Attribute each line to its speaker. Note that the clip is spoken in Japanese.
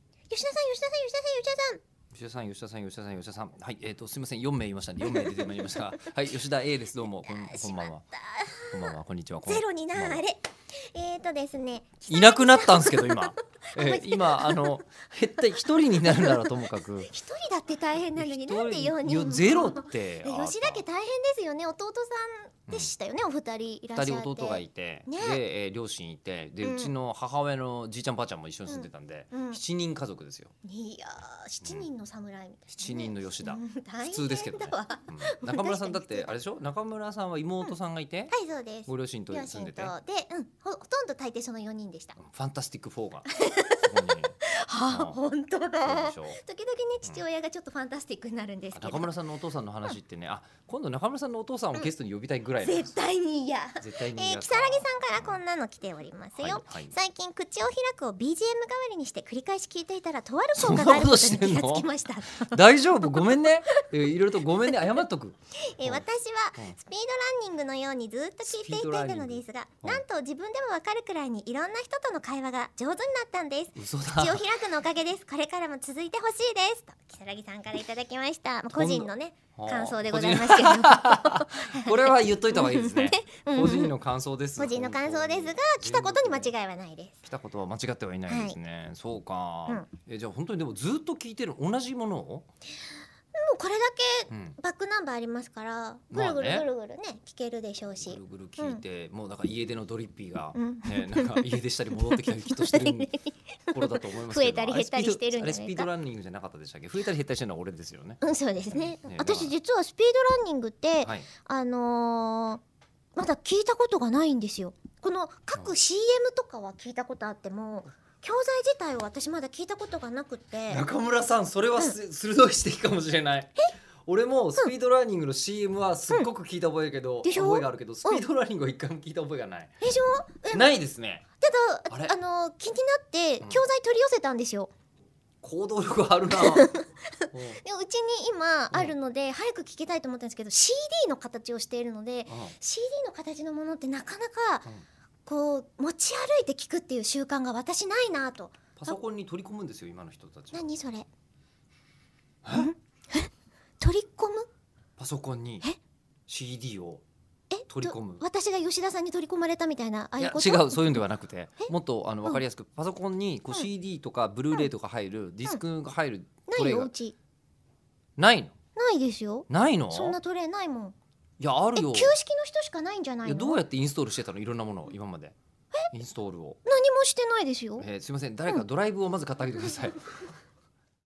Speaker 1: 吉田さん、吉田さん、吉田さん、吉田さん。
Speaker 2: 吉田さん、吉田さん、吉田さん、吉田さん。はい、えっ、と、すみません、四名いましたね。四名出てまいりました。 はい、吉田 A です。どうも、こん、こんばんは。こんばんは、こんにちは。こん
Speaker 1: ゼロにな
Speaker 2: こんばんは
Speaker 1: あれ。えーとですね。
Speaker 2: いなくなったんですけ ど、今。えー今、あの、減った、一人になるならともかく。
Speaker 1: 一人だって大変なのに、
Speaker 2: 一
Speaker 1: なんで四
Speaker 2: 人
Speaker 1: 人
Speaker 2: よ
Speaker 1: も。
Speaker 2: ゼロっ
Speaker 1: で
Speaker 2: て。
Speaker 1: 吉田家大変ですよね。弟さんでしたよね。お二人いらっしゃっ
Speaker 2: 二
Speaker 1: て。
Speaker 2: 人弟がいて、
Speaker 1: ね
Speaker 2: で、えー両親いてで、
Speaker 1: う
Speaker 2: うんちの母親のじいちゃんばあちゃんも一緒に住んでたんで、
Speaker 1: うんうん
Speaker 2: 7人家族ですよ、
Speaker 1: いやー、七人の侍みたいなね。
Speaker 2: 七人の吉田
Speaker 1: うん
Speaker 2: 普通ですけどね
Speaker 1: 大変だわは
Speaker 2: うん中村さんだっ
Speaker 1: 確かに
Speaker 2: てあれでしょ中村さんは妹さんがいて、
Speaker 1: い、そうです。
Speaker 2: ご両親と
Speaker 1: 両
Speaker 2: 住
Speaker 1: 親
Speaker 2: んで
Speaker 1: と
Speaker 2: て
Speaker 1: で、うん、ほほとんど大抵その四人でした。
Speaker 2: ファンタスティック4が そこに
Speaker 1: はあ、本当
Speaker 2: そう
Speaker 1: だ
Speaker 2: でし。ょ
Speaker 1: 時々ね、父親がちょっとファンタスティックになるんですけど。
Speaker 2: 中村さんのお父さんの話ってねあ今度中村さんのお父さんをゲストに呼びたいぐらいなんです
Speaker 1: 絶対に嫌。
Speaker 2: 絶対
Speaker 1: え
Speaker 2: に
Speaker 1: ー、
Speaker 2: 嫌
Speaker 1: 如
Speaker 2: だ
Speaker 1: 月さんからこんなの来ておりますよ。
Speaker 2: はいはい
Speaker 1: 最近口を開くを BGM 代わりにして繰り返し聞いていたらとある効果があることに気がつきました。
Speaker 2: 大丈夫ごめんねえーいろいろとごめんね謝っとく
Speaker 1: えー私は
Speaker 2: うん
Speaker 1: スピードランニングのようにずっと聞いていたのですが、
Speaker 2: うん
Speaker 1: なんと自分でもわかるくらいにいろんな人との会話が上手になったんです。
Speaker 2: 嘘だ
Speaker 1: 口を開くのおかげです。これからも続いてほしいです。と如月さんからいただきました。まあ個人のね
Speaker 2: 今度
Speaker 1: 感想でございますけど、
Speaker 2: これは言っといた方がいいですね
Speaker 1: うん
Speaker 2: 個人の感想です
Speaker 1: 個人の感想ですが来たことに間違いはないです。
Speaker 2: 来たことは間違ってはいないですね、そうか、
Speaker 1: うん
Speaker 2: えじゃあ本当にでもずっと聞いてる同じものを、
Speaker 1: もうこれだけ
Speaker 2: うん、
Speaker 1: バックナンバーありますから、ぐ
Speaker 2: ま
Speaker 1: る
Speaker 2: あ
Speaker 1: ぐる
Speaker 2: ね
Speaker 1: ぐるぐるね、聞けるでしょう
Speaker 2: ぐ
Speaker 1: し
Speaker 2: る。ぐる聞いて、もうだから家出のドリッピーが、
Speaker 1: うん
Speaker 2: ね、なんか家出したり戻ってきたりきっとして る頃だと思いますけど
Speaker 1: 増えたり減ったりしてるんじゃないですか
Speaker 2: あれスピードランニングじゃなかったでしたっけ増えたり減ったりしてるのは俺ですよね
Speaker 1: うん、そうですね
Speaker 2: ね。
Speaker 1: 私
Speaker 2: まあ
Speaker 1: 実はスピードランニングって、
Speaker 2: はい
Speaker 1: あのーまだ聞いたことがないんですよ。この
Speaker 2: う
Speaker 1: 各
Speaker 2: ん
Speaker 1: CM とかは聞いたことあっても、教材自体を私まだ聞いたことがなくて、
Speaker 2: 中村さんそれはす鋭い指摘かもしれない俺もスピードランニングの CM はすっごく聞いた覚えけど、
Speaker 1: でしょ
Speaker 2: 覚えがあるけどスピードランニングは一回も聞いた覚えがない、
Speaker 1: でしょえ
Speaker 2: ないですね
Speaker 1: ただ
Speaker 2: あれ
Speaker 1: あのー気になって
Speaker 2: うん
Speaker 1: 教材取り寄せたんですよ。
Speaker 2: 行動力あ るなうん
Speaker 1: でうちに今あるので、早く聞きたいと思ったんですけど CD の形をしているの で、CD の形のものってなかなか
Speaker 2: うん
Speaker 1: こう持ち歩いて聞くっていう習慣が私ないなと
Speaker 2: パソコンに取り込むんですよ今の人たちは
Speaker 1: 何それんえ取り込む
Speaker 2: パソコンに
Speaker 1: え
Speaker 2: CD を
Speaker 1: え
Speaker 2: 取り込む
Speaker 1: と私が吉田さんに取り込まれたみたいなああ
Speaker 2: い
Speaker 1: いう
Speaker 2: や
Speaker 1: こと
Speaker 2: 違うそういうんではなくて
Speaker 1: え
Speaker 2: もっとあの
Speaker 1: うん
Speaker 2: 分かりやすく、パソコンにこう
Speaker 1: うん
Speaker 2: CD とかブルーレイとか入る、ディスクが入るト
Speaker 1: ない
Speaker 2: レイ
Speaker 1: よ
Speaker 2: が、
Speaker 1: うち
Speaker 2: ないの
Speaker 1: ないですよ
Speaker 2: ないの
Speaker 1: そんなトレイないもん
Speaker 2: いやあ
Speaker 1: え
Speaker 2: る
Speaker 1: 旧
Speaker 2: よ
Speaker 1: 式の人しかないんじゃないいの
Speaker 2: やどうやってインストールしてたのいろんなものを今までインストールを、
Speaker 1: 何もしてないですよ
Speaker 2: えーすいません誰かドライブをまず買ってあげてください、